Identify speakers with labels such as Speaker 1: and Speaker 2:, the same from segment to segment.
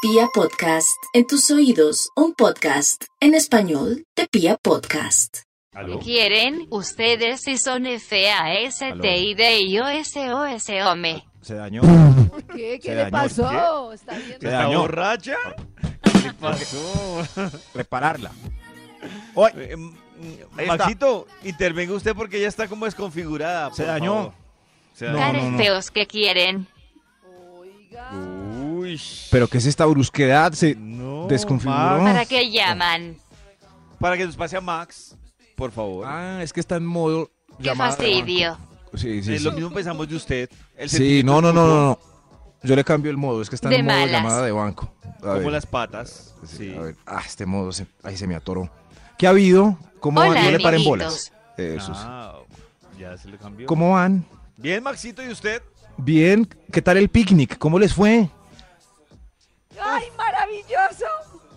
Speaker 1: Pia Podcast, en tus oídos, un podcast en español de Pia Podcast.
Speaker 2: ¿Aló?
Speaker 3: quieren ustedes si son F-A-S-T-I-D-I-O-S-O-S-O-M?
Speaker 4: Se dañó.
Speaker 5: ¿Qué?
Speaker 4: Se
Speaker 5: ¿Qué le
Speaker 4: dañó.
Speaker 5: pasó? ¿Está bien?
Speaker 4: Se
Speaker 2: ¿Está
Speaker 4: dañó.
Speaker 2: borracha? ¿Qué pasó?
Speaker 4: Repararla. Hoy,
Speaker 2: Eh, mm,
Speaker 4: Ahí está.
Speaker 2: Maxito, intervenga usted porque ya está como desconfigurada. por
Speaker 4: Se dañó.
Speaker 2: favor. Se
Speaker 4: No,
Speaker 2: dañó.
Speaker 3: Caras feos que quieren.
Speaker 5: Oiga.
Speaker 2: Uy.
Speaker 4: pero ¿qué es esta brusquedad? Se
Speaker 2: No,
Speaker 4: desconfiguró.
Speaker 2: Max.
Speaker 3: ¿Para qué llaman?
Speaker 2: Para que nos pase a Max, por favor.
Speaker 4: Ah, es que está en modo.
Speaker 3: Qué
Speaker 4: llamada de
Speaker 3: fastidio.
Speaker 4: banco. Sí, sí,
Speaker 2: Eh,
Speaker 4: sí.
Speaker 2: Lo mismo pensamos de usted. El
Speaker 4: Sí,
Speaker 2: sentimiento
Speaker 4: no,
Speaker 2: es
Speaker 4: no, no,
Speaker 2: mutuo,
Speaker 4: no, no. Yo le cambio el modo, es que está
Speaker 3: De
Speaker 4: en modo
Speaker 3: malas.
Speaker 4: llamada de banco. A
Speaker 2: Como
Speaker 4: ver,
Speaker 2: las patas. Sí.
Speaker 4: sí, a ver. Ah, este modo, se- ahí se me atoró. ¿Qué ha habido? ¿Cómo
Speaker 3: Hola,
Speaker 4: van? No le paren
Speaker 3: amiguitos.
Speaker 4: bolas. Eso sí.
Speaker 2: Ah, ya se le cambió.
Speaker 4: ¿Cómo van?
Speaker 2: Bien, Maxito, ¿y usted?
Speaker 4: Bien, ¿qué tal el picnic? ¿Cómo les fue?
Speaker 5: ¡Ay, maravilloso!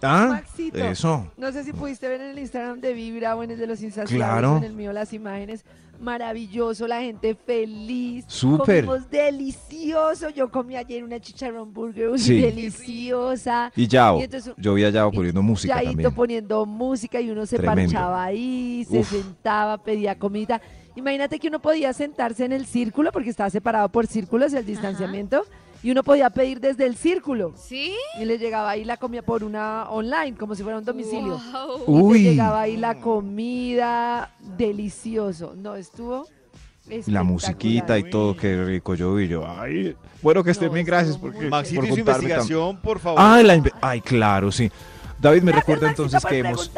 Speaker 4: ¿Ah?
Speaker 5: Maxito.
Speaker 4: Eso.
Speaker 5: No sé si pudiste ver en el Instagram de Vibra o en el de los Insaciables,
Speaker 4: Claro.
Speaker 5: o en el mío las imágenes. Maravilloso, la gente feliz.
Speaker 4: Súper.
Speaker 5: Comimos delicioso. Yo comí ayer una chicharrón burger uy,
Speaker 4: Sí.
Speaker 5: deliciosa.
Speaker 4: Y Yao.
Speaker 5: Y entonces-
Speaker 4: Yo vi a Yao
Speaker 5: y
Speaker 4: poniendo música
Speaker 5: Yaito
Speaker 4: también.
Speaker 5: poniendo música y uno se
Speaker 4: Tremendo.
Speaker 5: parchaba ahí, se
Speaker 4: Uf.
Speaker 5: sentaba, pedía comida. Imagínate que uno podía sentarse en el círculo porque estaba separado por círculos el distanciamiento y uno podía pedir desde el círculo
Speaker 6: ¿Sí?
Speaker 5: y le llegaba ahí la comida por una online como si fuera un domicilio.
Speaker 6: Wow.
Speaker 5: Y te
Speaker 4: Uy.
Speaker 5: llegaba ahí la comida, delicioso. No estuvo
Speaker 4: Y la musiquita y
Speaker 2: espectacular.
Speaker 4: todo, qué rico. Yo vi yo, ay, bueno que estén
Speaker 5: No,
Speaker 4: bien,
Speaker 5: estuvo
Speaker 4: gracias
Speaker 5: muy
Speaker 4: porque,
Speaker 2: Maxito
Speaker 4: por
Speaker 2: y su
Speaker 4: contarme tan-
Speaker 2: investigación, por favor.
Speaker 4: Ay, la inve- ay, claro, sí. David me recuerda entonces que hemos...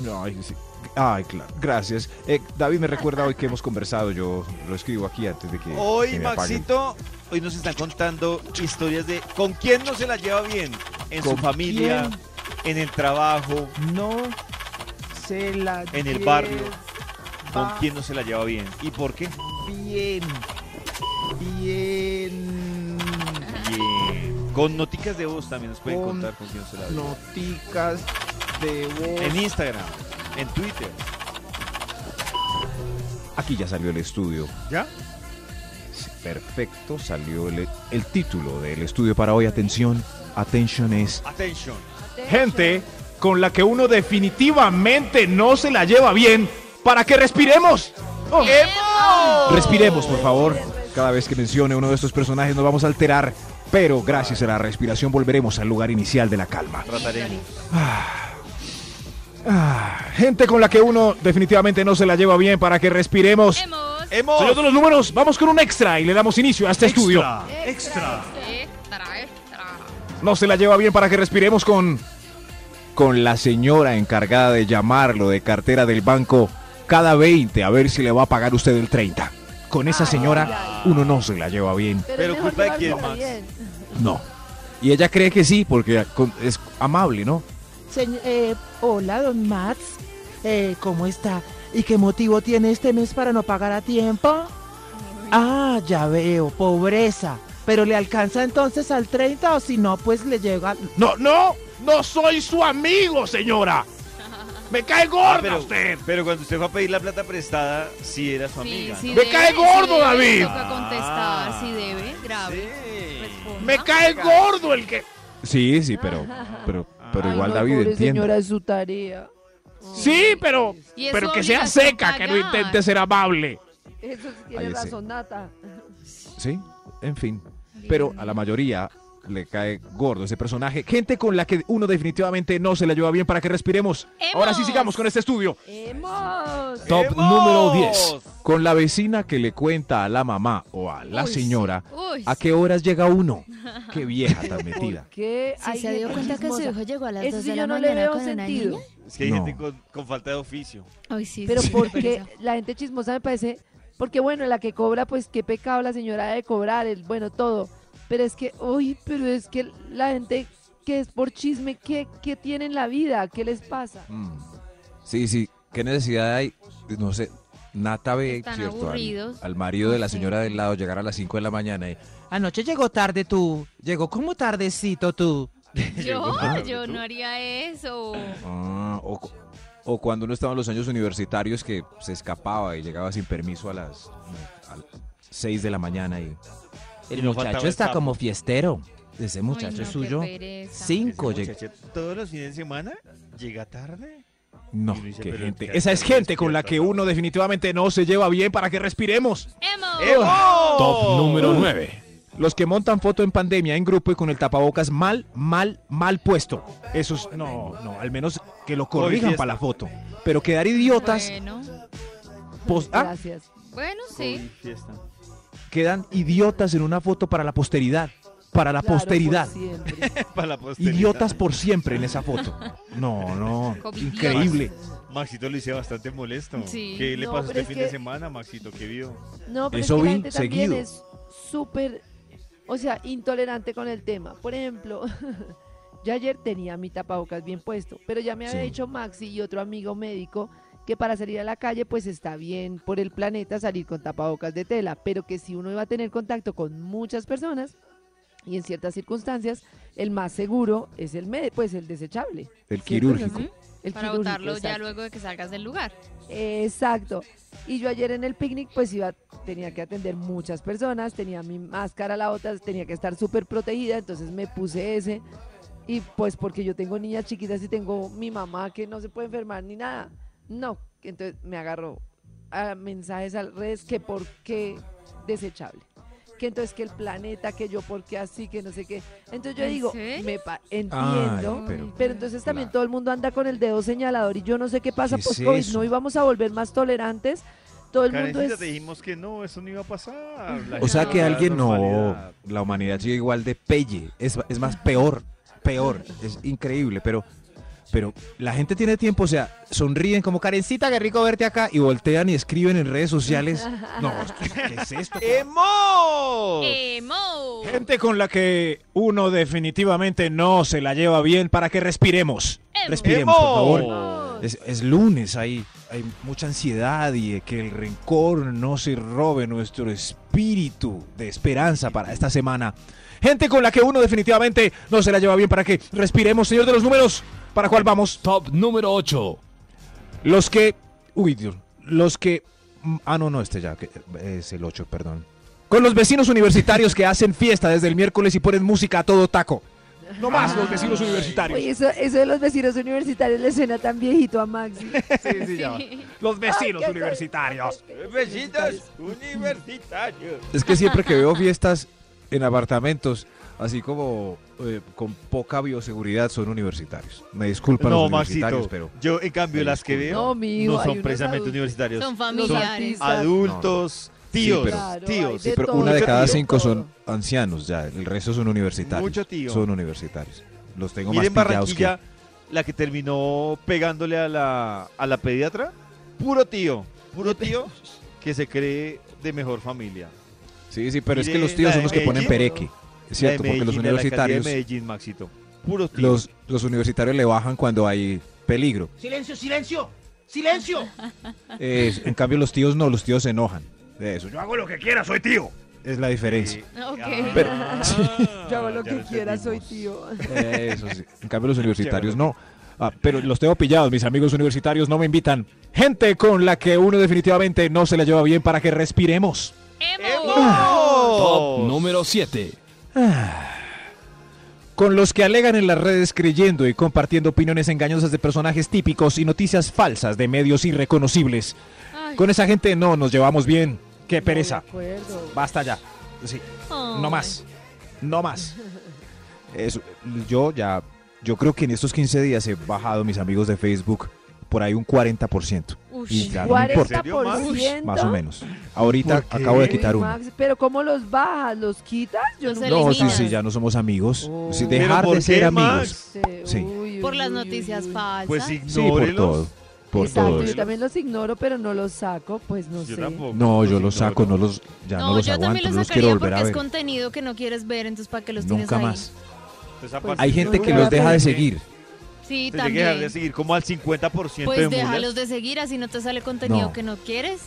Speaker 4: Ay, sí. Ay, claro, gracias. Eh, David me recuerda hoy que hemos conversado, yo lo escribo aquí antes de que...
Speaker 2: Hoy,
Speaker 4: que me apaguen.
Speaker 2: Maxito, hoy nos están contando historias de con quién no se la lleva bien. En su
Speaker 4: ¿Con
Speaker 2: familia, en el trabajo,
Speaker 7: no se la
Speaker 2: En el barrio, con
Speaker 7: lleva
Speaker 2: quién no se la lleva bien. ¿Y por qué?
Speaker 7: bien bien
Speaker 2: Bien. Con noticas de voz también nos pueden
Speaker 7: Con
Speaker 2: contar con quién no se la lleva
Speaker 7: noticas de voz
Speaker 2: bien. En Instagram, en Twitter.
Speaker 4: Aquí ya salió el estudio.
Speaker 2: ¿Ya?
Speaker 4: Sí, Perfecto, salió el, el título del estudio para hoy. Atención, atención es...
Speaker 2: Atención.
Speaker 7: gente con la que uno definitivamente no se la lleva bien para que respiremos
Speaker 4: Oh. Respiremos, por favor. Cada vez que mencione uno de estos personajes nos vamos a alterar, pero gracias a la respiración volveremos al lugar inicial de la calma.
Speaker 2: Trataremos.
Speaker 4: Ah, gente con la que uno definitivamente no se la lleva bien para que respiremos.
Speaker 6: Hemos
Speaker 2: Hemos.
Speaker 7: señor de los números vamos con un extra y le damos inicio a este estudio
Speaker 6: extra. extra, extra.
Speaker 4: No se la lleva bien para que respiremos con con la señora encargada de llamarlo de cartera del banco cada 20 a ver si le va a pagar usted el 30. Con esa señora uno no se la lleva bien.
Speaker 2: Pero culpa de quién, Max.
Speaker 4: No. Y ella cree que sí porque con- es amable, ¿no?
Speaker 7: eh, hola don Max Eh, cómo está y qué motivo tiene este mes para no pagar a tiempo Ah, ya veo, pobreza. Pero le alcanza entonces al 30 o si no, pues le llega... No, no, no soy su amigo, señora. Me cae gorda
Speaker 2: Ah, pero,
Speaker 7: usted.
Speaker 2: pero cuando usted fue a pedir la plata prestada, sí era su
Speaker 6: Sí,
Speaker 2: amiga.
Speaker 6: sí
Speaker 2: ¿no? Ah,
Speaker 7: ¡Me
Speaker 6: debe,
Speaker 7: cae
Speaker 6: sí
Speaker 7: gordo,
Speaker 6: debe,
Speaker 7: David!
Speaker 6: Toca contestar, si debe, grave.
Speaker 2: Sí.
Speaker 6: Responda.
Speaker 7: cae gordo el que...
Speaker 4: Sí, sí, pero pero pero
Speaker 2: Ay,
Speaker 4: igual David entiende.
Speaker 5: señora, es su tarea.
Speaker 7: Sí, pero...
Speaker 6: Y es
Speaker 7: Pero
Speaker 6: su
Speaker 7: que sea
Speaker 6: obligación
Speaker 7: seca, que no
Speaker 6: pagar.
Speaker 7: intente ser amable.
Speaker 5: Eso sí
Speaker 4: Ahí
Speaker 5: tiene
Speaker 4: ese.
Speaker 5: razón, Nata.
Speaker 4: Sí, en fin. Pero a la mayoría le cae gordo ese personaje. Gente con la que uno definitivamente no se la lleva bien para que respiremos. Ahora sí
Speaker 6: ¡Hemos!
Speaker 4: sigamos con este estudio.
Speaker 5: ¡Hemos!
Speaker 4: Top
Speaker 2: ¡Hemos!
Speaker 4: número 10. Con la vecina que le cuenta a la mamá o a la
Speaker 6: Uy, sí.
Speaker 4: señora
Speaker 6: Uy,
Speaker 4: a qué horas llega uno. Qué vieja tan metida.
Speaker 5: ¿Qué?
Speaker 8: Si se dio cuenta que su hijo llegó a las
Speaker 5: Eso
Speaker 8: 2
Speaker 5: sí
Speaker 8: de
Speaker 5: yo
Speaker 8: la
Speaker 5: no le
Speaker 8: mañana
Speaker 5: veo
Speaker 8: con una
Speaker 5: sentido.
Speaker 8: niña.
Speaker 2: Es que hay
Speaker 4: No.
Speaker 2: gente con, con falta de oficio.
Speaker 8: Ay, sí,
Speaker 5: Pero
Speaker 8: sí,
Speaker 5: porque
Speaker 8: vergüenza.
Speaker 5: la gente chismosa me parece, porque bueno, la que cobra, pues qué pecado la señora de cobrar, el bueno, todo. Pero es que, uy, pero es que la gente que es por chisme, ¿qué, qué tiene en la vida? ¿Qué les pasa?
Speaker 4: Mm. Sí, sí. ¿Qué necesidad hay? No sé. Nata ve,
Speaker 6: Están
Speaker 4: ¿cierto? Al-
Speaker 6: aburridos.
Speaker 4: Al, marido de la señora del lado llegar a las 5 de la mañana y...
Speaker 7: Anoche llegó tarde tú. Llegó como tardecito tú.
Speaker 6: yo,
Speaker 4: Ah,
Speaker 6: yo
Speaker 2: tú.
Speaker 6: no haría eso.
Speaker 4: Ah, o, cu- o cuando uno estaba en los años universitarios que se escapaba y llegaba sin permiso a las 6 de la mañana y...
Speaker 2: El Y no muchacho faltaba el está sapo. como
Speaker 7: fiestero.
Speaker 9: Ese muchacho
Speaker 6: no,
Speaker 9: es
Speaker 6: qué
Speaker 9: suyo.
Speaker 6: pereza.
Speaker 9: Cinco
Speaker 2: Ese
Speaker 9: lleg-
Speaker 2: muchacho Todos los fines de semana llega tarde.
Speaker 4: No,
Speaker 2: Y uno dice,
Speaker 4: qué
Speaker 2: pero
Speaker 4: gente.
Speaker 2: ¿qué
Speaker 4: Esa es
Speaker 2: hace?
Speaker 4: gente con la que
Speaker 2: Despierta,
Speaker 4: uno definitivamente no se lleva bien para que respiremos.
Speaker 6: ¡Emo!
Speaker 2: Top
Speaker 4: número 9. Los que montan foto en pandemia en grupo y con el tapabocas mal, mal, mal puesto. Esos, no, no, al menos que lo corrijan
Speaker 2: fiesta.
Speaker 4: para la foto. Pero quedar idiotas,
Speaker 6: Bueno,
Speaker 4: pos- ah,
Speaker 5: Gracias.
Speaker 6: bueno, sí.
Speaker 2: Fiesta.
Speaker 4: quedan idiotas en una foto para la posteridad. Para la
Speaker 5: Claro, por
Speaker 4: posteridad.
Speaker 5: siempre.
Speaker 2: Para la posteridad.
Speaker 4: Idiotas por siempre en esa foto. No, no,
Speaker 6: Covidiotas.
Speaker 4: increíble.
Speaker 2: Maxito lo hice bastante molesto.
Speaker 6: Sí.
Speaker 2: ¿Qué le
Speaker 5: No,
Speaker 2: pasó este
Speaker 5: pero es
Speaker 2: fin
Speaker 5: que-
Speaker 2: de semana, Maxito? ¿Qué vio?
Speaker 5: No, pero
Speaker 4: Eso
Speaker 5: es que la
Speaker 4: vi
Speaker 5: gente también
Speaker 4: seguido.
Speaker 5: es súper, o sea, intolerante con el tema. Por ejemplo, yo ayer tenía mi tapabocas bien puesto, pero ya me había
Speaker 4: Sí.
Speaker 5: dicho Maxi y otro amigo médico que para salir a la calle pues está bien por el planeta salir con tapabocas de tela, pero que si uno iba a tener contacto con muchas personas y en ciertas circunstancias, el más seguro es el med- pues el desechable.
Speaker 4: El
Speaker 5: ¿cierto? Es
Speaker 4: quirúrgico.
Speaker 5: así. El
Speaker 6: Para
Speaker 5: quirúrgico,
Speaker 6: votarlo ya
Speaker 5: exacto.
Speaker 6: luego de que salgas del lugar.
Speaker 5: Exacto. Y yo ayer en el picnic pues iba, tenía que atender muchas personas, tenía mi máscara, la otra, tenía que estar súper protegida, entonces me puse ese. Y pues porque yo tengo niñas chiquitas y tengo mi mamá que no se puede enfermar ni nada. No, entonces me agarró a mensajes al redes que por qué desechable. Que entonces que el planeta, que yo por qué así, que no sé qué. Entonces yo
Speaker 6: ¿En
Speaker 5: digo,
Speaker 6: serio?
Speaker 5: me pa- entiendo.
Speaker 4: Ay, pero-
Speaker 5: Pero entonces también
Speaker 4: Claro.
Speaker 5: todo el mundo anda con el dedo señalador y yo no sé qué pasa
Speaker 4: ¿Qué es
Speaker 5: post-COVID,
Speaker 4: eso?
Speaker 5: no íbamos a volver más tolerantes. Todo el mundo
Speaker 2: Karencita,
Speaker 5: es
Speaker 2: te dijimos que no, eso no iba a pasar. La
Speaker 9: O sea
Speaker 2: gente
Speaker 9: que
Speaker 2: volverá a la
Speaker 9: alguien no.
Speaker 2: normalidad.
Speaker 9: La humanidad sigue igual de pelle. Es, es más peor. Peor. Es increíble. Pero, pero la gente tiene tiempo. O sea, sonríen como Karencita, qué rico verte acá. Y voltean y escriben en redes sociales. No, ¿qué es esto?
Speaker 4: ¡Emo!
Speaker 5: Eh,
Speaker 6: ¡Emo!
Speaker 4: Eh, Gente con la que uno definitivamente no se la lleva bien para que respiremos.
Speaker 6: Emo.
Speaker 9: Respiremos, por favor.
Speaker 5: Vamos.
Speaker 9: Es, es lunes, hay, hay mucha ansiedad y eh, que el rencor no se robe nuestro espíritu de esperanza para esta semana.
Speaker 4: Gente con la que uno definitivamente no se la lleva bien para que respiremos, señor de los números. ¿Para cuál vamos? Top número 8. Los que... Uy, Dios. Los que... mm, Ah, no, no, este ya. que Es el 8, perdón. Con los vecinos universitarios que hacen fiesta desde el miércoles y ponen música a todo taco. No más los vecinos universitarios.
Speaker 5: Oye, eso, eso de los vecinos universitarios le suena tan viejito a Maxi.
Speaker 4: Sí, sí, ya. Los vecinos universitarios.
Speaker 2: Besitos universitarios.
Speaker 9: Es que siempre que veo fiestas en apartamentos, así como eh, con poca bioseguridad, son universitarios. Me disculpan
Speaker 2: No,
Speaker 9: los universitarios,
Speaker 2: Maxito.
Speaker 9: pero...
Speaker 2: Yo, en cambio,
Speaker 9: Ay,
Speaker 2: las que
Speaker 9: disculpa.
Speaker 5: No,
Speaker 2: veo
Speaker 5: mijo,
Speaker 2: no
Speaker 5: hay
Speaker 2: son
Speaker 5: unos
Speaker 2: precisamente
Speaker 5: adultos.
Speaker 2: universitarios.
Speaker 6: Son
Speaker 5: Los
Speaker 6: familiares.
Speaker 5: artistas.
Speaker 2: Adultos, tíos,
Speaker 9: pero-
Speaker 5: Claro, hay
Speaker 2: tíos.
Speaker 5: de
Speaker 9: Sí, pero
Speaker 5: todo,
Speaker 9: una de
Speaker 5: hay
Speaker 9: cada
Speaker 5: de
Speaker 9: cinco
Speaker 5: todo.
Speaker 9: son ancianos ya, el resto son universitarios.
Speaker 2: Mucho tío.
Speaker 9: Son universitarios. Los tengo
Speaker 2: Miren
Speaker 9: más pillados
Speaker 2: Barranquilla, la que terminó pegándole a la, a la pediatra. Puro tío, puro tío que se cree de mejor familia.
Speaker 9: que... Sí, sí, pero es que
Speaker 2: Mire
Speaker 9: los tíos
Speaker 2: la
Speaker 9: son
Speaker 2: de
Speaker 9: los que ponen
Speaker 2: Medellín.
Speaker 9: pereque. Es
Speaker 2: La de
Speaker 9: cierto, porque los
Speaker 2: Medellín, de la alcaldía
Speaker 9: universitarios...
Speaker 2: de Medellín, Maxito. Puro tío.
Speaker 9: Los, los universitarios le bajan cuando hay peligro.
Speaker 7: ¡Silencio, silencio! ¡Silencio!
Speaker 9: Eh, en cambio, los tíos no, los tíos se enojan. De eso, yo hago lo que quiera, soy tío. Es la
Speaker 2: Eh,
Speaker 9: diferencia.
Speaker 6: Ok.
Speaker 9: Pero-
Speaker 5: Yo hago lo
Speaker 2: ya
Speaker 5: que quiera, soy
Speaker 2: entendimos.
Speaker 5: tío.
Speaker 9: Eh, eso sí. En cambio, los universitarios no. Ah, pero los tengo pillados, mis amigos universitarios no me invitan.
Speaker 4: Gente con la que uno definitivamente no se la lleva bien para que respiremos.
Speaker 6: ¡Emo!
Speaker 2: Top
Speaker 10: Número 7.
Speaker 4: Ah. Con los que alegan en las redes creyendo y compartiendo opiniones engañosas de personajes típicos y noticias falsas de medios irreconocibles.
Speaker 6: Ay,
Speaker 4: Con esa gente no nos llevamos bien. Qué
Speaker 5: No,
Speaker 4: pereza.
Speaker 5: de acuerdo.
Speaker 4: Basta ya. Sí,
Speaker 6: ay.
Speaker 4: no más. No más.
Speaker 9: Eso, yo ya, yo creo que en estos 15 días he bajado mis amigos de Facebook por ahí un 40%.
Speaker 6: Ush.
Speaker 9: Y ya no me importa,
Speaker 5: 40%.
Speaker 9: más o menos. Ahorita acabo de quitar
Speaker 5: Uy,
Speaker 9: uno.
Speaker 5: Max, pero ¿cómo los bajas? ¿Los quitas? Yo
Speaker 6: Los
Speaker 5: nunca-
Speaker 9: No, sí,
Speaker 6: eliminas.
Speaker 9: sí, ya no somos amigos.
Speaker 5: Oh.
Speaker 9: Sí,
Speaker 2: ¿Pero
Speaker 9: dejar
Speaker 2: por
Speaker 9: de
Speaker 2: qué,
Speaker 9: ser
Speaker 2: Max?
Speaker 9: amigos. Sí.
Speaker 5: Uy, uy,
Speaker 6: Por las
Speaker 5: uy,
Speaker 6: noticias
Speaker 5: uy, uy.
Speaker 6: falsas.
Speaker 2: Pues
Speaker 9: Sí, por todo.
Speaker 2: ignórelos.
Speaker 9: Por
Speaker 5: Exacto,
Speaker 9: todo.
Speaker 5: yo también los ignoro, pero no los saco, pues no sé.
Speaker 2: Yo tampoco.
Speaker 9: No, yo los
Speaker 2: ignoro.
Speaker 9: saco, no los, ya no,
Speaker 6: no,
Speaker 9: los
Speaker 6: yo
Speaker 9: aguanto,
Speaker 6: también
Speaker 9: no
Speaker 6: los
Speaker 9: los
Speaker 6: sacaría
Speaker 9: quiero volver
Speaker 6: porque
Speaker 9: a
Speaker 6: es
Speaker 9: ver.
Speaker 6: contenido que no quieres ver, entonces ¿para qué los tienes
Speaker 9: Nunca
Speaker 6: ahí?
Speaker 9: más.
Speaker 2: Entonces, a
Speaker 5: Pues,
Speaker 2: partir
Speaker 9: Hay
Speaker 2: de
Speaker 9: gente
Speaker 5: Yo
Speaker 9: que
Speaker 5: voy a
Speaker 9: los deja de
Speaker 5: ver.
Speaker 9: seguir.
Speaker 6: Sí,
Speaker 2: Te llega a dejar de
Speaker 6: también.
Speaker 2: seguir como al 50% de
Speaker 6: Pues déjalos
Speaker 2: mulas.
Speaker 6: de seguir, así no te sale contenido
Speaker 9: No.
Speaker 6: que no quieres.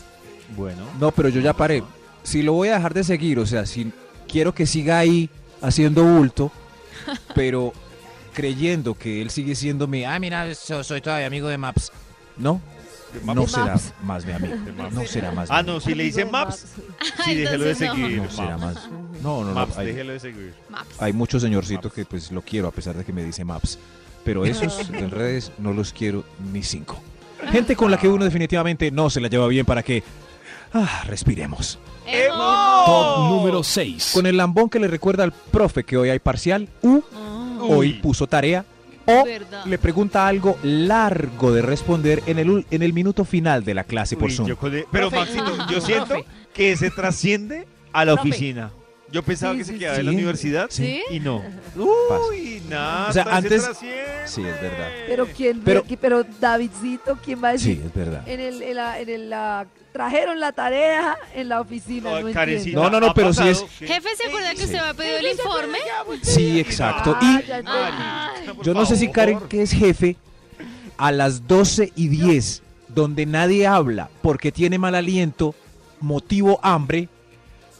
Speaker 2: Bueno.
Speaker 9: No, pero yo ya paré. Si lo voy a dejar de seguir, o sea, si quiero que siga ahí haciendo bulto, pero creyendo que él sigue siendo mi, ah, mira, so- soy todavía amigo de Maps. No,
Speaker 4: No será más mi amigo. No será más. mi
Speaker 2: Ah,
Speaker 4: amigo.
Speaker 2: no, si le dice Maps, sí, déjelo de
Speaker 6: Entonces no.
Speaker 2: seguir.
Speaker 4: No será
Speaker 2: Maps.
Speaker 4: más. No, no, no.
Speaker 2: Maps,
Speaker 4: hay-
Speaker 2: déjelo de seguir.
Speaker 6: Maps.
Speaker 4: Hay muchos señorcitos que pues lo quiero a pesar de que me dice Maps. Pero esos en redes no los quiero ni cinco.
Speaker 6: Ah.
Speaker 4: Gente con la que uno definitivamente no se la lleva bien para que ah, respiremos.
Speaker 2: ¡Eh,
Speaker 6: ¡Eh, ¡Emo!
Speaker 7: Top número 6.
Speaker 4: Con el lambón que le recuerda al profe que hoy hay parcial, u
Speaker 6: Ah,
Speaker 4: hoy
Speaker 2: Uy.
Speaker 4: puso tarea,
Speaker 9: Oh,
Speaker 4: o
Speaker 6: verdad.
Speaker 4: le pregunta algo largo de responder en el, ul- en el minuto final de la clase por
Speaker 2: Uy,
Speaker 4: Zoom.
Speaker 2: yo con el- Pero Maxito, yo siento que se trasciende a la oficina. Yo pensaba
Speaker 5: Sí,
Speaker 2: que se
Speaker 5: sí,
Speaker 2: quedaba
Speaker 4: sí.
Speaker 2: en la universidad
Speaker 6: ¿Sí?
Speaker 2: y no.
Speaker 4: Pasa.
Speaker 2: Uy, nada.
Speaker 4: O sea, antes-
Speaker 2: trasciende.
Speaker 4: Sí, es verdad.
Speaker 5: Pero
Speaker 2: Eh,
Speaker 5: quién,
Speaker 4: Pero-
Speaker 5: pero, pero Davidcito, ¿quién va a decir?
Speaker 4: Sí, es verdad.
Speaker 5: En el, en la, en el, la- trajeron la tarea en la oficina. No,
Speaker 2: No,
Speaker 5: entiendo.
Speaker 2: Karencita,
Speaker 4: No, no, no,
Speaker 2: ha
Speaker 4: pero sí
Speaker 2: pasado
Speaker 4: es-
Speaker 2: que-
Speaker 6: Jefe, ¿se acuerda que
Speaker 4: Sí.
Speaker 6: usted me ha pedido el informe?
Speaker 4: Sí, exacto.
Speaker 5: Ah,
Speaker 4: Y
Speaker 5: ya entendí.
Speaker 2: Karencita, por
Speaker 4: Yo no sé si Karen,
Speaker 2: favor.
Speaker 4: que es jefe, a las 12 y 10, donde nadie habla porque tiene mal aliento, motivo hambre,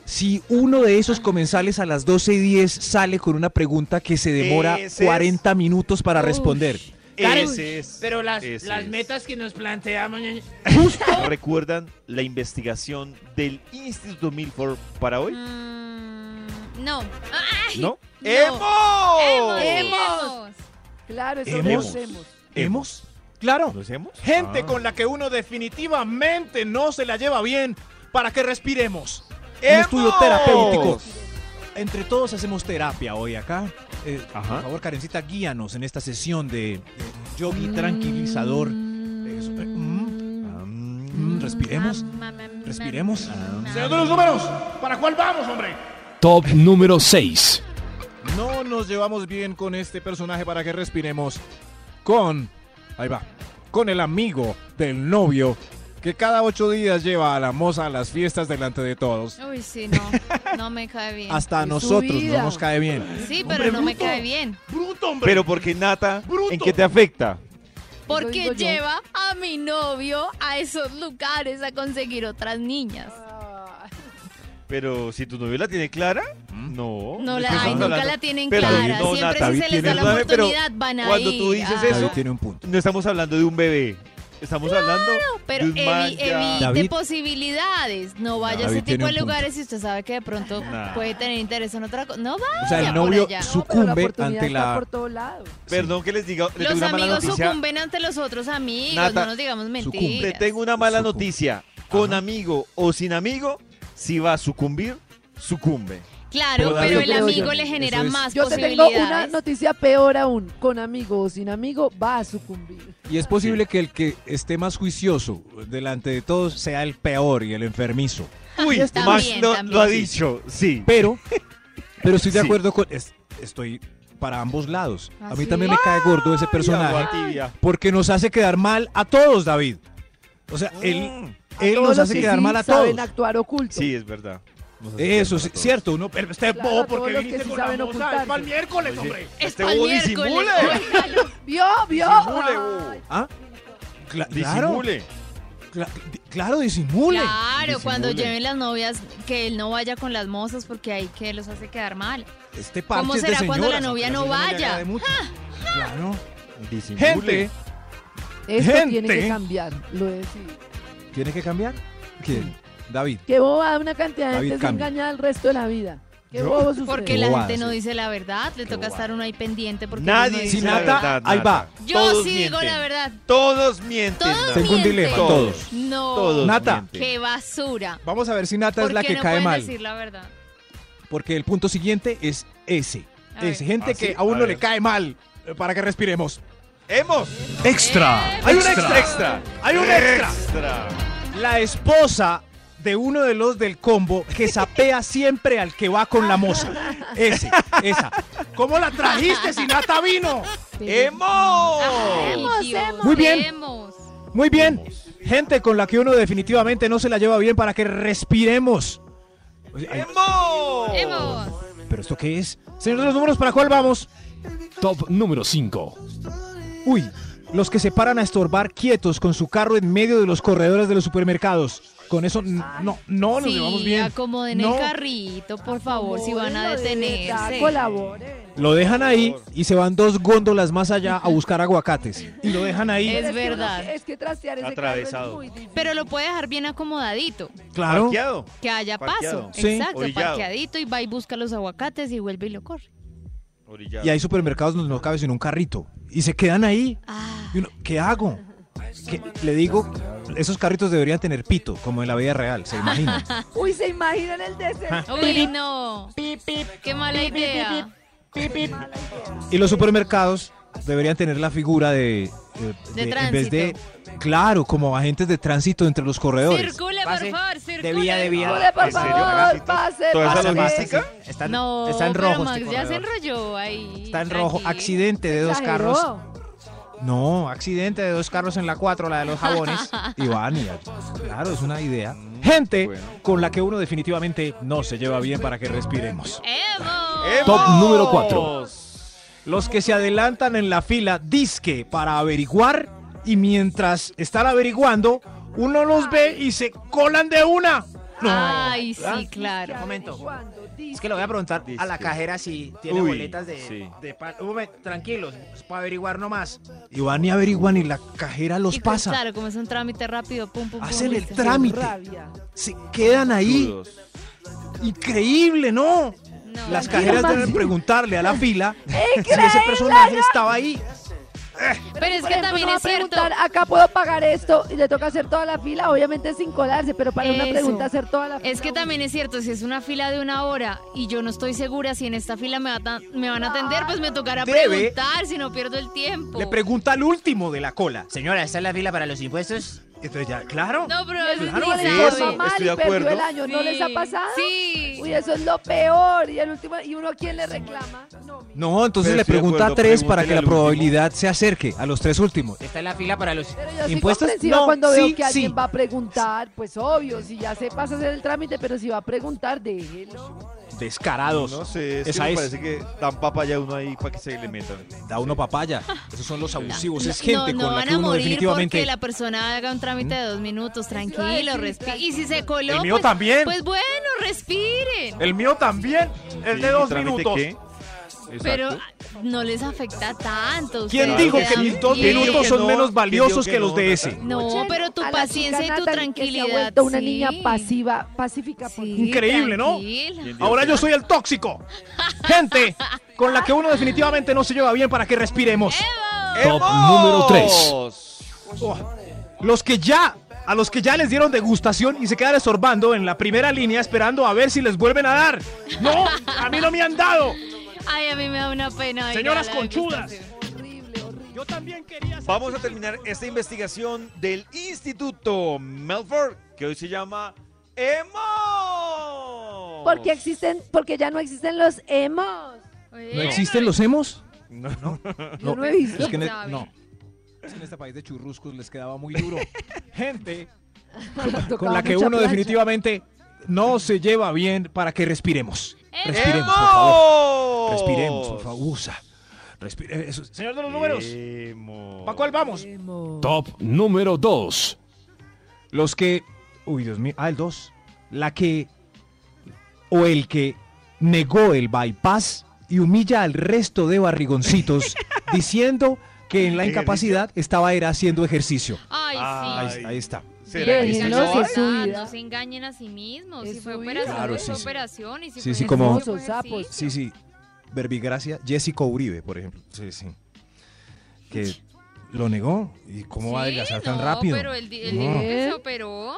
Speaker 4: si uno de esos comensales a las 12 y 10 sale con una pregunta que se demora
Speaker 2: Ese es-
Speaker 4: 40 minutos para
Speaker 5: Ush.
Speaker 4: responder.
Speaker 11: Karen,
Speaker 2: Ese es,
Speaker 11: Pero las,
Speaker 2: ese
Speaker 11: las
Speaker 2: es.
Speaker 11: metas que nos planteamos. ñaña-
Speaker 2: ¿Recuerdan la investigación del Instituto Milford para hoy?
Speaker 6: Mm, no. Ay,
Speaker 2: ¿No?
Speaker 6: no.
Speaker 2: ¡Hemos!
Speaker 6: ¡Hemos!
Speaker 5: Claro, eso no
Speaker 2: Hemos.
Speaker 5: lo hacemos.
Speaker 4: ¿Hemos? Claro.
Speaker 2: ¿Los hemos?
Speaker 12: Gente
Speaker 2: Ah.
Speaker 12: con la que uno definitivamente no se la lleva bien para que respiremos.
Speaker 4: Un estudio
Speaker 2: ¡Hemos!
Speaker 4: terapéutico. Entre todos hacemos terapia hoy acá. Eh,
Speaker 2: Ajá.
Speaker 4: por favor, Karencita, guíanos en esta sesión de eh, yogi
Speaker 5: Mm.
Speaker 4: tranquilizador. Eso, eh, mm, ah, mm, respiremos. Respiremos.
Speaker 5: Ah.
Speaker 4: Ah.
Speaker 12: Señor de los números, ¿para cuál vamos, hombre?
Speaker 7: Top número 6.
Speaker 4: No nos llevamos bien con este personaje para que respiremos. Con. Ahí va. Con el amigo del novio que cada ocho días lleva a la moza a las fiestas delante de todos.
Speaker 6: Uy, sí, no. No me cae bien.
Speaker 4: Hasta a
Speaker 5: Es su
Speaker 4: nosotros no
Speaker 5: vida.
Speaker 4: nos cae bien.
Speaker 6: Sí, pero no me cae bien.
Speaker 12: Bruto, hombre.
Speaker 2: Pero porque Nata, ¿en
Speaker 12: Bruto.
Speaker 2: qué te afecta?
Speaker 6: Porque
Speaker 5: digo yo.
Speaker 6: lleva a mi novio a esos lugares a conseguir otras niñas.
Speaker 2: Pero si tu novio la tiene clara,
Speaker 11: Mm.
Speaker 2: no.
Speaker 6: No la,
Speaker 2: Estamos
Speaker 6: ay, nunca
Speaker 2: hablando-
Speaker 6: la tienen
Speaker 2: Pero-
Speaker 6: clara.
Speaker 2: no,
Speaker 6: Siempre
Speaker 2: Nata,
Speaker 6: si
Speaker 2: David
Speaker 6: se les
Speaker 2: tiene-
Speaker 6: da la
Speaker 2: Perdóname, pero
Speaker 6: oportunidad van a
Speaker 2: cuando
Speaker 6: ir.
Speaker 2: tú dices
Speaker 6: Ay,
Speaker 2: eso,
Speaker 4: David tiene un punto.
Speaker 2: No estamos hablando de un bebé. Estamos hablando
Speaker 6: Pero
Speaker 2: de un man
Speaker 6: evi-
Speaker 2: ya-
Speaker 6: evite
Speaker 4: David-
Speaker 6: posibilidades. No vaya a
Speaker 4: David
Speaker 6: ese tipo
Speaker 4: tiene
Speaker 6: de
Speaker 4: un punto.
Speaker 6: lugares si usted sabe que de pronto
Speaker 2: Nah.
Speaker 6: puede tener interés en otra cosa. No vaya
Speaker 4: O sea, el
Speaker 6: por
Speaker 4: novio
Speaker 6: allá.
Speaker 5: No, pero la
Speaker 4: sucumbe
Speaker 5: oportunidad
Speaker 4: ante
Speaker 5: está
Speaker 4: la.
Speaker 5: por todo lado.
Speaker 2: Perdón que les diga. Les
Speaker 6: Los
Speaker 2: tengo una mala
Speaker 6: amigos
Speaker 2: noticia.
Speaker 6: sucumben ante los otros amigos.
Speaker 2: Nata,
Speaker 6: no nos digamos
Speaker 2: Le
Speaker 6: mentiras.
Speaker 2: tengo una mala
Speaker 4: Sucumbe.
Speaker 2: noticia. Con amigo o sin amigo, si va a sucumbir, sucumbe.
Speaker 6: Claro,
Speaker 4: Pero
Speaker 6: pero
Speaker 5: David,
Speaker 6: el
Speaker 5: yo-
Speaker 6: amigo le
Speaker 4: eso
Speaker 6: genera
Speaker 4: es-
Speaker 6: más
Speaker 5: Yo te tengo
Speaker 6: posibilidades.
Speaker 5: una noticia peor aún. Con amigo o sin amigo va a sucumbir.
Speaker 4: Y es posible que el que esté más juicioso delante de todos sea el peor y el enfermizo.
Speaker 2: Uy,
Speaker 6: Yo también,
Speaker 2: Max lo,
Speaker 6: también.
Speaker 2: lo ha dicho. Sí.
Speaker 4: Pero, pero estoy de
Speaker 2: Sí.
Speaker 4: acuerdo con. es- estoy para ambos lados. A mí
Speaker 6: ¿Ah,
Speaker 4: también me
Speaker 6: sí?
Speaker 4: cae gordo ese personaje.
Speaker 2: Agua tibia.
Speaker 4: Porque nos hace quedar mal a todos, David. O sea,
Speaker 2: Mm.
Speaker 4: él,
Speaker 5: A
Speaker 4: él
Speaker 5: todos
Speaker 4: nos
Speaker 5: los
Speaker 4: hace
Speaker 5: que
Speaker 4: quedar
Speaker 5: sí
Speaker 4: mal a
Speaker 5: saben
Speaker 4: todos.
Speaker 5: actuar oculto.
Speaker 2: Sí, es verdad. Nos hace
Speaker 4: Eso,
Speaker 2: quedar mal
Speaker 4: sí,
Speaker 2: a todos.
Speaker 4: cierto. Uno,
Speaker 12: Pero este es
Speaker 5: Claro,
Speaker 12: bobo
Speaker 5: todos
Speaker 12: porque
Speaker 5: los que
Speaker 12: viniste
Speaker 5: sí
Speaker 12: con la
Speaker 5: saben
Speaker 12: moza. Es
Speaker 5: ocultarse.
Speaker 12: para el miércoles, hombre.
Speaker 2: Oye,
Speaker 6: Es
Speaker 2: este
Speaker 6: pa'l
Speaker 2: bobo
Speaker 6: miércoles.
Speaker 2: disimule.
Speaker 6: Oiga, yo-
Speaker 5: ¿Vio? ¿Vio?
Speaker 2: Disimule,
Speaker 5: Ay,
Speaker 2: bobo.
Speaker 4: ¿Ah? Cla- claro,
Speaker 2: Disimule.
Speaker 4: cla- di- claro, disimule.
Speaker 6: Claro, cuando
Speaker 2: Disimule.
Speaker 6: lleven las novias, que él no vaya con las mozas porque ahí que los hace quedar mal.
Speaker 4: Este parche
Speaker 6: ¿Cómo
Speaker 4: es de
Speaker 6: será cuando la
Speaker 4: señoras,
Speaker 6: novia
Speaker 4: aunque a
Speaker 6: no
Speaker 4: la señora le
Speaker 6: vaya? Ah,
Speaker 4: agrade mucho. Claro.
Speaker 2: Disimule.
Speaker 4: Gente,
Speaker 5: Esto tiene
Speaker 4: Gente.
Speaker 5: que cambiar, lo he decidido.
Speaker 4: ¿tiene que cambiar? ¿Quién?
Speaker 6: Mm.
Speaker 4: David.
Speaker 5: Qué boba una cantidad de
Speaker 4: David
Speaker 5: gente se
Speaker 4: cambia.
Speaker 5: engaña el resto de la vida. Qué
Speaker 2: Yo-
Speaker 5: bobos ustedes.
Speaker 6: Porque
Speaker 4: Qué
Speaker 6: la
Speaker 4: bobada,
Speaker 6: gente no
Speaker 4: sí.
Speaker 6: dice la verdad, le toca
Speaker 2: bobada.
Speaker 6: estar uno ahí pendiente porque uno
Speaker 2: Nadie
Speaker 6: no
Speaker 2: dice
Speaker 4: Si
Speaker 6: dice
Speaker 2: la
Speaker 4: Nata,
Speaker 2: verdad,
Speaker 4: ahí
Speaker 2: Nata.
Speaker 6: Yo
Speaker 2: Todos
Speaker 6: sí digo
Speaker 2: mienten.
Speaker 6: la verdad.
Speaker 2: Todos mienten.
Speaker 6: Todos
Speaker 2: Nata.
Speaker 4: Tengo un
Speaker 6: mienten.
Speaker 4: dilema,
Speaker 2: todos.
Speaker 6: No.
Speaker 2: Todos
Speaker 4: Nata.
Speaker 2: mienten.
Speaker 6: Qué basura.
Speaker 4: Vamos a ver si Nata
Speaker 6: ¿Por
Speaker 4: es la
Speaker 6: qué
Speaker 4: que
Speaker 6: no
Speaker 4: cae
Speaker 6: pueden
Speaker 4: mal.
Speaker 6: decir la verdad?
Speaker 4: Porque el punto siguiente es ese.
Speaker 6: A
Speaker 4: Es
Speaker 6: ver.
Speaker 4: gente
Speaker 2: Ah, sí,
Speaker 4: que a
Speaker 2: a
Speaker 4: uno
Speaker 2: ver.
Speaker 4: le cae mal. eh, Para que respiremos.
Speaker 2: Hemos.
Speaker 6: Eh,
Speaker 7: Extra.
Speaker 2: Hay un extra. Extra.
Speaker 4: Hay un extra.
Speaker 2: Extra.
Speaker 4: La esposa de uno de los del combo que sapea siempre al que va con la moza. Ese, esa.
Speaker 12: ¿Cómo la trajiste si Nata vino?
Speaker 2: ¡Hemos!
Speaker 6: Ay, Dios.
Speaker 4: Muy bien.
Speaker 6: Hemos.
Speaker 4: Muy bien. Gente con la que uno definitivamente no se la lleva bien para que respiremos. Oye, ay,
Speaker 2: ¡Hemos!
Speaker 6: Hemos.
Speaker 4: ¿Pero esto qué es? Señor de los números, ¿para cuál vamos?
Speaker 7: Top número 5.
Speaker 4: Uy, los que se paran a estorbar quietos con su carro en medio de los corredores de los supermercados. Con eso, n- no,
Speaker 2: Oh,
Speaker 4: no nos
Speaker 6: sí,
Speaker 4: llevamos bien.
Speaker 6: acomoden
Speaker 4: No.
Speaker 6: el carrito, por favor, si van
Speaker 5: Bueno,
Speaker 6: a
Speaker 5: de verdad,
Speaker 6: detenerse.
Speaker 5: Colaboren.
Speaker 4: Lo dejan ahí y se van dos góndolas más allá a buscar aguacates. Y lo dejan ahí.
Speaker 5: Pero
Speaker 6: Es
Speaker 5: que uno-
Speaker 6: verdad.
Speaker 5: es que trastear ese carro es
Speaker 2: Atravesado.
Speaker 5: muy difícil.
Speaker 6: Pero lo puede dejar bien acomodadito,
Speaker 4: Claro.
Speaker 2: Parqueado.
Speaker 6: que haya
Speaker 2: Parqueado.
Speaker 6: paso.
Speaker 4: Sí.
Speaker 6: Exacto,
Speaker 2: Orillado.
Speaker 6: parqueadito y va y busca los aguacates y vuelve y lo corre.
Speaker 2: Orillado.
Speaker 4: Y hay supermercados donde no cabe sino un carrito. Y se quedan ahí.
Speaker 6: Ah,
Speaker 4: Y uno, ¿qué hago? ¿Qué- Le digo, esos carritos deberían tener pito, como en la vida real, se imaginan.
Speaker 5: Uy, se imaginan el desespero.
Speaker 6: uy, no. Qué mala idea.
Speaker 4: Y los supermercados deberían tener la figura de...
Speaker 6: De
Speaker 4: en vez de,
Speaker 6: tránsito.
Speaker 4: claro, como agentes de tránsito entre los corredores.
Speaker 6: Circule, por
Speaker 13: Pase.
Speaker 6: favor, circule.
Speaker 13: vía, de vía.
Speaker 5: Ole, por
Speaker 2: ¿en serio,
Speaker 5: favor,
Speaker 2: Maxito?
Speaker 5: pase,
Speaker 2: ¿Toda esa
Speaker 5: pase.
Speaker 2: logística?
Speaker 13: Están,
Speaker 6: No,
Speaker 13: están
Speaker 6: pero
Speaker 13: rojos.
Speaker 6: Max
Speaker 13: este
Speaker 6: ya se
Speaker 13: corredor.
Speaker 6: enrolló ahí.
Speaker 13: Está en rojo.
Speaker 6: tranquilo.
Speaker 13: Accidente de dos
Speaker 5: Exageró.
Speaker 13: carros. No, accidente de dos carros en la 4, la de los jabones.
Speaker 4: Y van y- Claro, es una idea. Gente con la que uno definitivamente no se lleva bien para que respiremos.
Speaker 6: ¡Evo!
Speaker 10: Top
Speaker 2: ¡Hemos!
Speaker 10: número cuatro.
Speaker 4: Los que se adelantan en la fila disque para averiguar y mientras están averiguando, uno los ve y se colan de una.
Speaker 6: Ay, sí, claro.
Speaker 13: Un momento.
Speaker 5: Cuando dice-
Speaker 13: Es que le voy a preguntar a la
Speaker 2: Disque.
Speaker 13: cajera si tiene
Speaker 2: Uy,
Speaker 13: boletas de,
Speaker 2: sí.
Speaker 13: de pan. Un momento, tranquilos, pues, para averiguar nomás.
Speaker 4: Y van y averiguan y la cajera los
Speaker 6: Y pues,
Speaker 4: pasa.
Speaker 6: Claro, como es un trámite rápido, pum, pum, pum.
Speaker 4: Hacen el
Speaker 6: listo.
Speaker 4: trámite.
Speaker 5: rabia.
Speaker 4: Se quedan ahí.
Speaker 2: Dudos.
Speaker 4: Increíble, ¿no?
Speaker 6: No,
Speaker 4: Las
Speaker 6: no,
Speaker 4: cajeras
Speaker 5: Maxi.
Speaker 4: deben preguntarle a la fila si ese personaje estaba ahí.
Speaker 6: Pero es
Speaker 5: Por
Speaker 6: que
Speaker 5: ejemplo,
Speaker 6: también
Speaker 5: uno va
Speaker 6: es
Speaker 5: a
Speaker 6: cierto.
Speaker 5: preguntar, Acá puedo pagar esto y le toca hacer toda la fila, obviamente sin colarse, pero para una
Speaker 6: Eso.
Speaker 5: pregunta hacer toda la fila.
Speaker 6: Es que también es cierto, si es una fila de una hora y yo no estoy segura si en esta fila me, va tan- me van a atender, pues me tocará
Speaker 4: Debe.
Speaker 6: preguntar si no pierdo el tiempo.
Speaker 4: Le pregunta al último de la cola.
Speaker 13: Señora, ¿esta es la fila para los impuestos?
Speaker 4: Entonces ya, claro.
Speaker 6: No, pero
Speaker 5: Eso
Speaker 6: eso
Speaker 5: es que
Speaker 6: ni
Speaker 2: eso.
Speaker 5: forma
Speaker 6: sabe.
Speaker 5: mal
Speaker 2: Estoy de
Speaker 5: y perdió
Speaker 2: acuerdo.
Speaker 5: el año, ¿no les ha
Speaker 6: Sí,
Speaker 5: pasado?
Speaker 6: Sí.
Speaker 5: Uy, eso es lo peor. Y el último, y uno a quién le reclama. No, mi-
Speaker 4: No, entonces
Speaker 2: Pero
Speaker 4: le
Speaker 2: estoy de
Speaker 4: pregunta a
Speaker 2: acuerdo,
Speaker 4: tres para
Speaker 2: pregúntele
Speaker 4: que la
Speaker 2: al último.
Speaker 4: probabilidad se acerque a los tres últimos.
Speaker 13: ¿Esta es la fila para los
Speaker 5: Pero yo soy
Speaker 4: ¿Impuestos?
Speaker 5: comprensiva
Speaker 4: No,
Speaker 5: cuando
Speaker 4: sí,
Speaker 5: veo que alguien
Speaker 4: sí.
Speaker 5: va a preguntar, pues obvio, si ya se pasa a hacer el trámite, pero si va a preguntar, déjelo.
Speaker 4: Descarados.
Speaker 2: No sé, es
Speaker 4: Esa
Speaker 2: que me
Speaker 4: es.
Speaker 2: parece que dan papaya uno ahí para que se le metan.
Speaker 4: Da uno papaya. Esos son los abusivos. Es
Speaker 6: No,
Speaker 4: gente
Speaker 6: no
Speaker 4: con la
Speaker 6: van
Speaker 4: que
Speaker 6: a
Speaker 4: uno
Speaker 6: morir
Speaker 4: definitivamente.
Speaker 6: porque la persona haga un trámite de dos minutos, tranquilo, respire. Y si se coló,
Speaker 4: El mío
Speaker 6: pues,
Speaker 4: también.
Speaker 6: pues bueno, respiren.
Speaker 4: El mío también es
Speaker 2: Sí,
Speaker 4: de dos
Speaker 2: trámite
Speaker 4: minutos.
Speaker 2: qué? Exacto.
Speaker 6: Pero ah, no les afecta tanto.
Speaker 4: ¿Quién
Speaker 6: ustedes
Speaker 4: dijo
Speaker 6: se
Speaker 4: que
Speaker 6: dan
Speaker 4: mis dos
Speaker 6: bien.
Speaker 4: minutos son
Speaker 2: no?
Speaker 4: menos
Speaker 2: ¿Quién dijo
Speaker 4: valiosos
Speaker 2: que
Speaker 4: que los
Speaker 2: no?
Speaker 4: de ese?
Speaker 6: No,
Speaker 5: Escuchen
Speaker 6: pero tu
Speaker 5: a la
Speaker 6: paciencia y
Speaker 5: chica Nathan, que
Speaker 6: tu
Speaker 5: se ha
Speaker 6: tranquilidad.
Speaker 5: vuelto una
Speaker 6: sí.
Speaker 5: niña pasiva, pacífica. por
Speaker 6: Sí,
Speaker 5: fin.
Speaker 4: Increíble, ¿no?
Speaker 6: tranquila.
Speaker 2: ¿Quién dijo
Speaker 4: Ahora
Speaker 2: que
Speaker 4: yo
Speaker 2: no?
Speaker 4: soy el tóxico. Gente con la que uno definitivamente no se lleva bien para que respiremos.
Speaker 10: Top número tres.
Speaker 4: Oh, Los que ya, a los que ya les dieron degustación y se quedan estorbando en la primera línea esperando a ver si les vuelven a dar. No, a mí no me han dado.
Speaker 6: Ay, a mí me da una pena. ir a
Speaker 4: Señoras
Speaker 6: la
Speaker 4: conchudas.
Speaker 6: degustación.
Speaker 4: Yo también quería ser-
Speaker 2: Vamos a terminar esta investigación del Instituto Melford, que hoy se llama EMO.
Speaker 5: Porque existen, porque ya no existen los emos.
Speaker 4: ¿No existen los hemos?
Speaker 2: No, no.
Speaker 5: Yo no he visto.
Speaker 4: Es que en, e-
Speaker 6: sabe.
Speaker 4: no. Es que en este país de churruscos les quedaba muy duro. Gente con
Speaker 5: Tocaba
Speaker 4: la que
Speaker 5: mucha
Speaker 4: uno
Speaker 5: plancha.
Speaker 4: definitivamente no se lleva bien para que respiremos.
Speaker 6: ¡Emo!
Speaker 4: Respiremos, por favor. Respiremos, por favor. Usa. Respire- eso- Señor de los números,
Speaker 2: EMO.
Speaker 4: ¿para cuál vamos?
Speaker 10: Top número dos.
Speaker 4: Los que. Uy, Dios mío. Ah, el 2. La que. O el que negó el bypass y humilla al resto de barrigoncitos diciendo que en la incapacidad estaba era haciendo ejercicio.
Speaker 6: Ay,
Speaker 2: Ay,
Speaker 6: sí.
Speaker 4: Ahí, ahí está.
Speaker 2: ¿Será que
Speaker 5: Déjenlo,
Speaker 2: sí?
Speaker 5: si es
Speaker 6: Ay,
Speaker 5: su
Speaker 6: verdad,
Speaker 5: vida.
Speaker 6: No se engañen a sí mismos.
Speaker 5: Es
Speaker 6: Si fue
Speaker 5: su vida.
Speaker 6: operación,
Speaker 4: Claro,
Speaker 6: fue
Speaker 4: sí, sí.
Speaker 6: operación. Y si
Speaker 4: Sí,
Speaker 6: fue
Speaker 4: sí, como-
Speaker 6: ejercicio, fue
Speaker 5: Sapos.
Speaker 4: Sí,
Speaker 6: ejercicio.
Speaker 4: sí. Verbigracia, Jessica Uribe, por ejemplo. Sí, sí. Que lo negó. ¿Y cómo va a
Speaker 6: Sí,
Speaker 4: adelgazar tan
Speaker 6: no,
Speaker 4: rápido?
Speaker 6: Pero él, di- él
Speaker 4: No.
Speaker 6: dijo que se operó.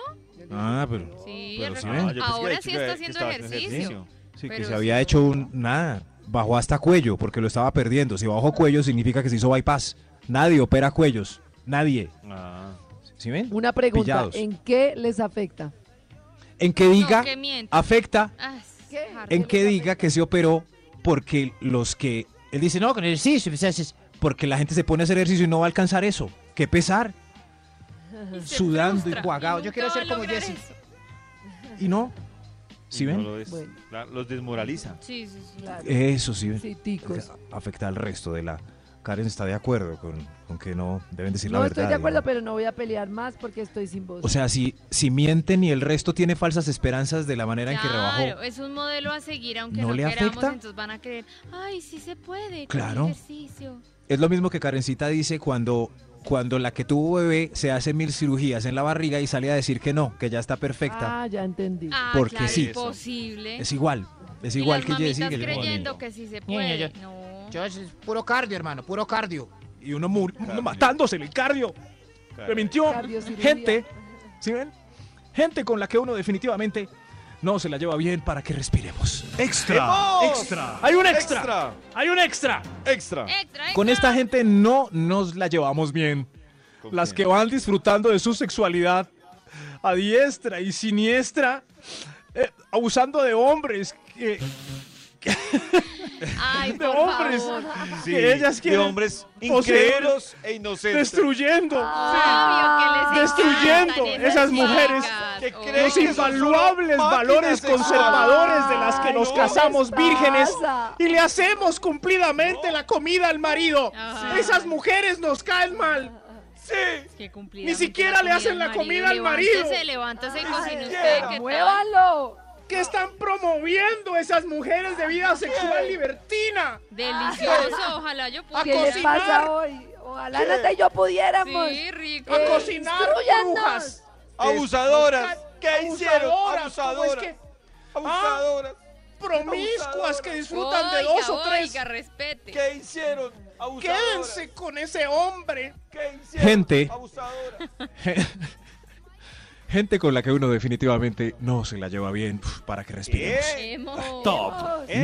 Speaker 4: Ah, pero.
Speaker 6: Sí,
Speaker 4: Pero
Speaker 6: él
Speaker 4: sí
Speaker 6: recono-
Speaker 4: ven.
Speaker 2: Ah, yo pensé que
Speaker 6: ahora
Speaker 2: había
Speaker 6: sí
Speaker 2: dicho que-
Speaker 6: está
Speaker 2: que
Speaker 6: haciendo
Speaker 2: estaba
Speaker 6: ejercicio.
Speaker 4: Sí, que
Speaker 6: Pero
Speaker 4: se
Speaker 6: sí,
Speaker 4: había
Speaker 6: no.
Speaker 4: hecho un. Nada. Bajó hasta cuello porque lo estaba perdiendo. Si bajó cuello, significa que se hizo bypass. Nadie opera cuellos. Nadie.
Speaker 2: Ah.
Speaker 4: ¿Sí ven?
Speaker 5: Una pregunta,
Speaker 4: Pillados.
Speaker 5: ¿en qué les afecta?
Speaker 4: En que diga.
Speaker 6: No, que miente.
Speaker 4: afecta.
Speaker 6: Ah,
Speaker 5: ¿Qué?
Speaker 6: Harry.
Speaker 4: En que diga que se operó porque los que. Él dice, no, con ejercicio. pues, haces", Porque la gente se pone a hacer ejercicio y no va a alcanzar eso. Qué pesar.
Speaker 6: Y se
Speaker 4: Sudando y
Speaker 6: frustra,
Speaker 4: cuagado.
Speaker 6: y
Speaker 4: Yo quiero
Speaker 6: nunca
Speaker 4: ser
Speaker 6: va a
Speaker 4: como
Speaker 6: lograr
Speaker 4: Jessie.
Speaker 6: eso.
Speaker 4: Y no. ¿Sí
Speaker 2: Y no
Speaker 4: ven?
Speaker 2: lo es.
Speaker 5: Bueno.
Speaker 2: La- los desmoraliza.
Speaker 6: Sí, sí, sí.
Speaker 4: Eh,
Speaker 5: Claro,
Speaker 4: Eso sí ven.
Speaker 5: sí, ticos.
Speaker 4: Afecta al resto de la, Karen está de acuerdo con, con que no deben decir
Speaker 5: no
Speaker 4: la verdad.
Speaker 5: estoy de acuerdo,
Speaker 4: digamos.
Speaker 5: pero no voy a pelear más porque estoy sin voz.
Speaker 4: O sea, si, si mienten y el resto tiene falsas esperanzas de la manera en que rebajó.
Speaker 6: Claro, es un modelo a seguir, aunque
Speaker 4: ¿No
Speaker 6: no,
Speaker 4: le
Speaker 6: queramos,
Speaker 4: afecta?
Speaker 6: entonces van a creer, ay, sí se puede, con
Speaker 4: Claro.
Speaker 6: ejercicio.
Speaker 4: Es lo mismo que Karencita dice cuando, cuando la que tuvo bebé se hace mil cirugías en la barriga y sale a decir que no, que ya está perfecta.
Speaker 5: Ah, ya entendí.
Speaker 6: Ah,
Speaker 4: Porque
Speaker 6: claro,
Speaker 4: sí.
Speaker 6: imposible.
Speaker 4: Es igual, es
Speaker 6: Y
Speaker 4: igual
Speaker 6: las
Speaker 4: que
Speaker 6: mamitas
Speaker 4: Jessie. que le-
Speaker 6: creyendo que sí se puede.
Speaker 7: Ñe, Ñe,
Speaker 6: No.
Speaker 7: Yo es puro cardio, hermano, puro cardio.
Speaker 4: Y uno, mu- uno matándose en el cardio. Me mintió.
Speaker 7: Cardiocirugía.
Speaker 4: Gente, ¿sí ven? Gente con la que uno definitivamente no se la lleva bien para que respiremos.
Speaker 9: ¡Extra! ¡Extra!
Speaker 4: Hay un extra. Hay un extra.
Speaker 2: Extra.
Speaker 4: Con esta gente no nos la llevamos bien. Las que van disfrutando de su sexualidad a diestra y siniestra, eh, abusando de hombres que,
Speaker 6: Ay,
Speaker 4: de
Speaker 6: por
Speaker 4: hombres
Speaker 6: favor.
Speaker 2: Sí,
Speaker 4: que ellas
Speaker 2: de
Speaker 4: quieren
Speaker 2: hombres
Speaker 4: poseerlos,
Speaker 2: incrédulos e inocentes.
Speaker 4: destruyendo,
Speaker 6: Obvio que les
Speaker 4: destruyendo
Speaker 6: encantan esas
Speaker 4: esas mujeres,
Speaker 6: chicas.
Speaker 2: creen
Speaker 4: los
Speaker 2: que son solo
Speaker 4: invaluables
Speaker 2: máquinas
Speaker 4: valores
Speaker 2: sexuales.
Speaker 4: conservadores de las que nos
Speaker 2: no,
Speaker 4: casamos
Speaker 2: les
Speaker 4: vírgenes
Speaker 2: pasa.
Speaker 4: y le hacemos cumplidamente la comida al marido.
Speaker 6: Ajá.
Speaker 4: Esas mujeres nos caen mal. Sí.
Speaker 6: Que cumplidamente
Speaker 4: Ni siquiera
Speaker 6: la
Speaker 4: le hacen la comida al marido.
Speaker 6: Levántese, levántese,
Speaker 4: Ni
Speaker 6: cocine pues, usted.
Speaker 4: siquiera.
Speaker 6: ¿qué tal?
Speaker 5: ¡Muévalo!
Speaker 4: ¿Qué están promoviendo esas mujeres de vida sexual libertina?
Speaker 6: Delicioso, ojalá yo pudiera.
Speaker 4: A
Speaker 5: ¿Qué les pasa hoy? Ojalá
Speaker 4: ¿Qué?
Speaker 5: Nata y yo pudiéramos.
Speaker 6: Sí, rico.
Speaker 4: pues. A
Speaker 5: Eh,
Speaker 4: cocinar
Speaker 5: instruyanos.
Speaker 4: brujas.
Speaker 2: Abusadoras. ¿Qué hicieron?
Speaker 4: Abusadoras. ¿cómo es
Speaker 2: Abusadoras.
Speaker 4: que? Ah,
Speaker 2: Abusadoras.
Speaker 4: Promiscuas que disfrutan de dos o tres.
Speaker 6: Oiga, respete.
Speaker 2: ¿Qué hicieron? Abusadoras.
Speaker 4: Quédense con ese hombre.
Speaker 2: ¿Qué hicieron?
Speaker 4: Gente.
Speaker 2: Abusadoras.
Speaker 4: Gente con la que uno definitivamente no se la lleva bien uf, para que respiremos.
Speaker 6: Eh, Emo.
Speaker 9: Top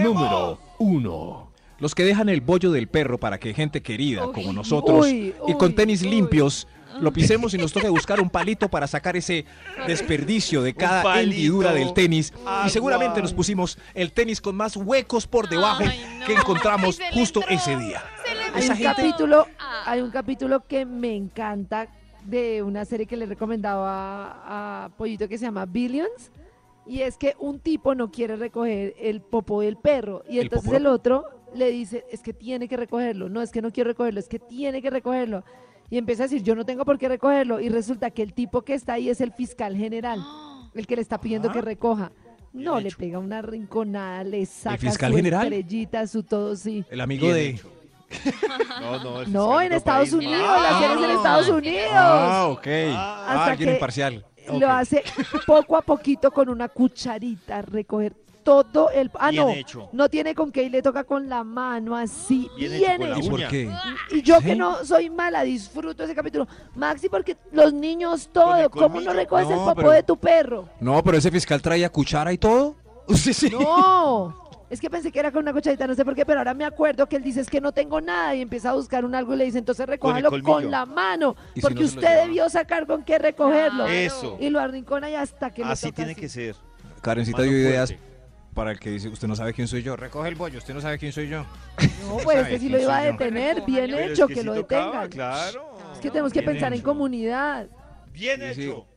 Speaker 9: número uno.
Speaker 4: Los que dejan el bollo del perro para que gente querida
Speaker 6: Uy.
Speaker 4: como nosotros
Speaker 5: Uy,
Speaker 4: y con
Speaker 5: uy,
Speaker 4: tenis
Speaker 5: uy.
Speaker 4: limpios lo pisemos y nos toque buscar un palito para sacar ese desperdicio de cada
Speaker 2: palito,
Speaker 4: hendidura del tenis.
Speaker 2: agua.
Speaker 4: Y seguramente nos pusimos el tenis con más huecos por debajo
Speaker 6: Ay, no.
Speaker 4: que encontramos
Speaker 6: Ay, se le
Speaker 4: justo
Speaker 6: entró.
Speaker 4: ese día.
Speaker 6: Se le
Speaker 5: Hay
Speaker 4: Esa
Speaker 5: un,
Speaker 4: gente-
Speaker 5: capítulo,
Speaker 6: Ah.
Speaker 5: hay un capítulo que me encanta de una serie que le recomendaba a Pollito que se llama Billions. Y es que un tipo no quiere recoger el popó del perro. Y
Speaker 4: ¿El
Speaker 5: entonces
Speaker 4: popó?
Speaker 5: el otro le dice, es que tiene que recogerlo. No, es que no quiero recogerlo, es que tiene que recogerlo. Y empieza a decir, yo no tengo por qué recogerlo. Y resulta que el tipo que está ahí es el fiscal general, el que le está pidiendo
Speaker 4: Ah.
Speaker 5: que recoja. No, le pega una rinconada, le saca
Speaker 4: fiscal
Speaker 5: su
Speaker 4: general?
Speaker 5: estrellita, su todo, sí.
Speaker 4: El amigo de...
Speaker 2: No, no, el
Speaker 5: No,
Speaker 2: fiscal de Pues
Speaker 5: en
Speaker 2: otro
Speaker 5: Estados
Speaker 2: país.
Speaker 5: Unidos,
Speaker 2: Ah,
Speaker 5: la serie es en
Speaker 6: no.
Speaker 5: Estados Unidos.
Speaker 4: Ah, ok. Ah,
Speaker 5: Hasta
Speaker 4: alguien
Speaker 5: que
Speaker 4: imparcial. Ok.
Speaker 5: Lo hace poco a poquito con una cucharita, recoger todo el... Ah,
Speaker 2: Bien
Speaker 5: no,
Speaker 2: hecho.
Speaker 5: no tiene con qué y le toca con la mano así.
Speaker 2: Bien
Speaker 5: Bien,
Speaker 2: hecho con la
Speaker 4: ¿Y
Speaker 5: hecho.
Speaker 4: por
Speaker 2: uña.
Speaker 4: qué?
Speaker 5: Y yo
Speaker 4: ¿Sí?
Speaker 5: que no soy mala, disfruto ese capítulo. Maxi, porque los niños
Speaker 2: Con el
Speaker 5: todo, ¿cómo
Speaker 2: colmillo.
Speaker 5: no recoges el
Speaker 4: No,
Speaker 5: popó
Speaker 4: pero-
Speaker 5: de tu perro?
Speaker 4: No, pero ese fiscal traía cuchara y todo. Sí, sí.
Speaker 5: No, es que pensé que era con una cucharita, no sé por qué, pero ahora me acuerdo que él dice es que no tengo nada y empieza a buscar un algo y le dice entonces recógelo con,
Speaker 2: colmillo.
Speaker 5: la mano,
Speaker 4: ¿Y si
Speaker 5: porque
Speaker 4: no se lo
Speaker 5: usted
Speaker 4: lleva?
Speaker 5: debió sacar con qué recogerlo.
Speaker 6: Claro.
Speaker 2: Ah, Eso.
Speaker 5: Y lo arrincona y hasta que lo
Speaker 2: Así
Speaker 5: toca
Speaker 2: tiene
Speaker 5: así.
Speaker 2: que ser.
Speaker 4: Karencita
Speaker 2: Mano
Speaker 4: dio ideas
Speaker 2: fuerte.
Speaker 4: para el que dice, usted no sabe quién soy yo. Recoge el bollo, usted no sabe quién soy yo.
Speaker 5: No, pues
Speaker 4: sabe
Speaker 5: es que si
Speaker 4: quién
Speaker 5: lo iba a
Speaker 4: soy yo.
Speaker 5: detener, bien
Speaker 6: Pero
Speaker 2: Pero es
Speaker 5: hecho, que,
Speaker 2: sí
Speaker 5: lo
Speaker 2: tocaba,
Speaker 5: detengan.
Speaker 2: Claro.
Speaker 5: Es que tenemos que
Speaker 2: Bien
Speaker 5: pensar en
Speaker 2: hecho.
Speaker 5: comunidad.
Speaker 2: Bien
Speaker 4: Sí, sí.
Speaker 2: hecho.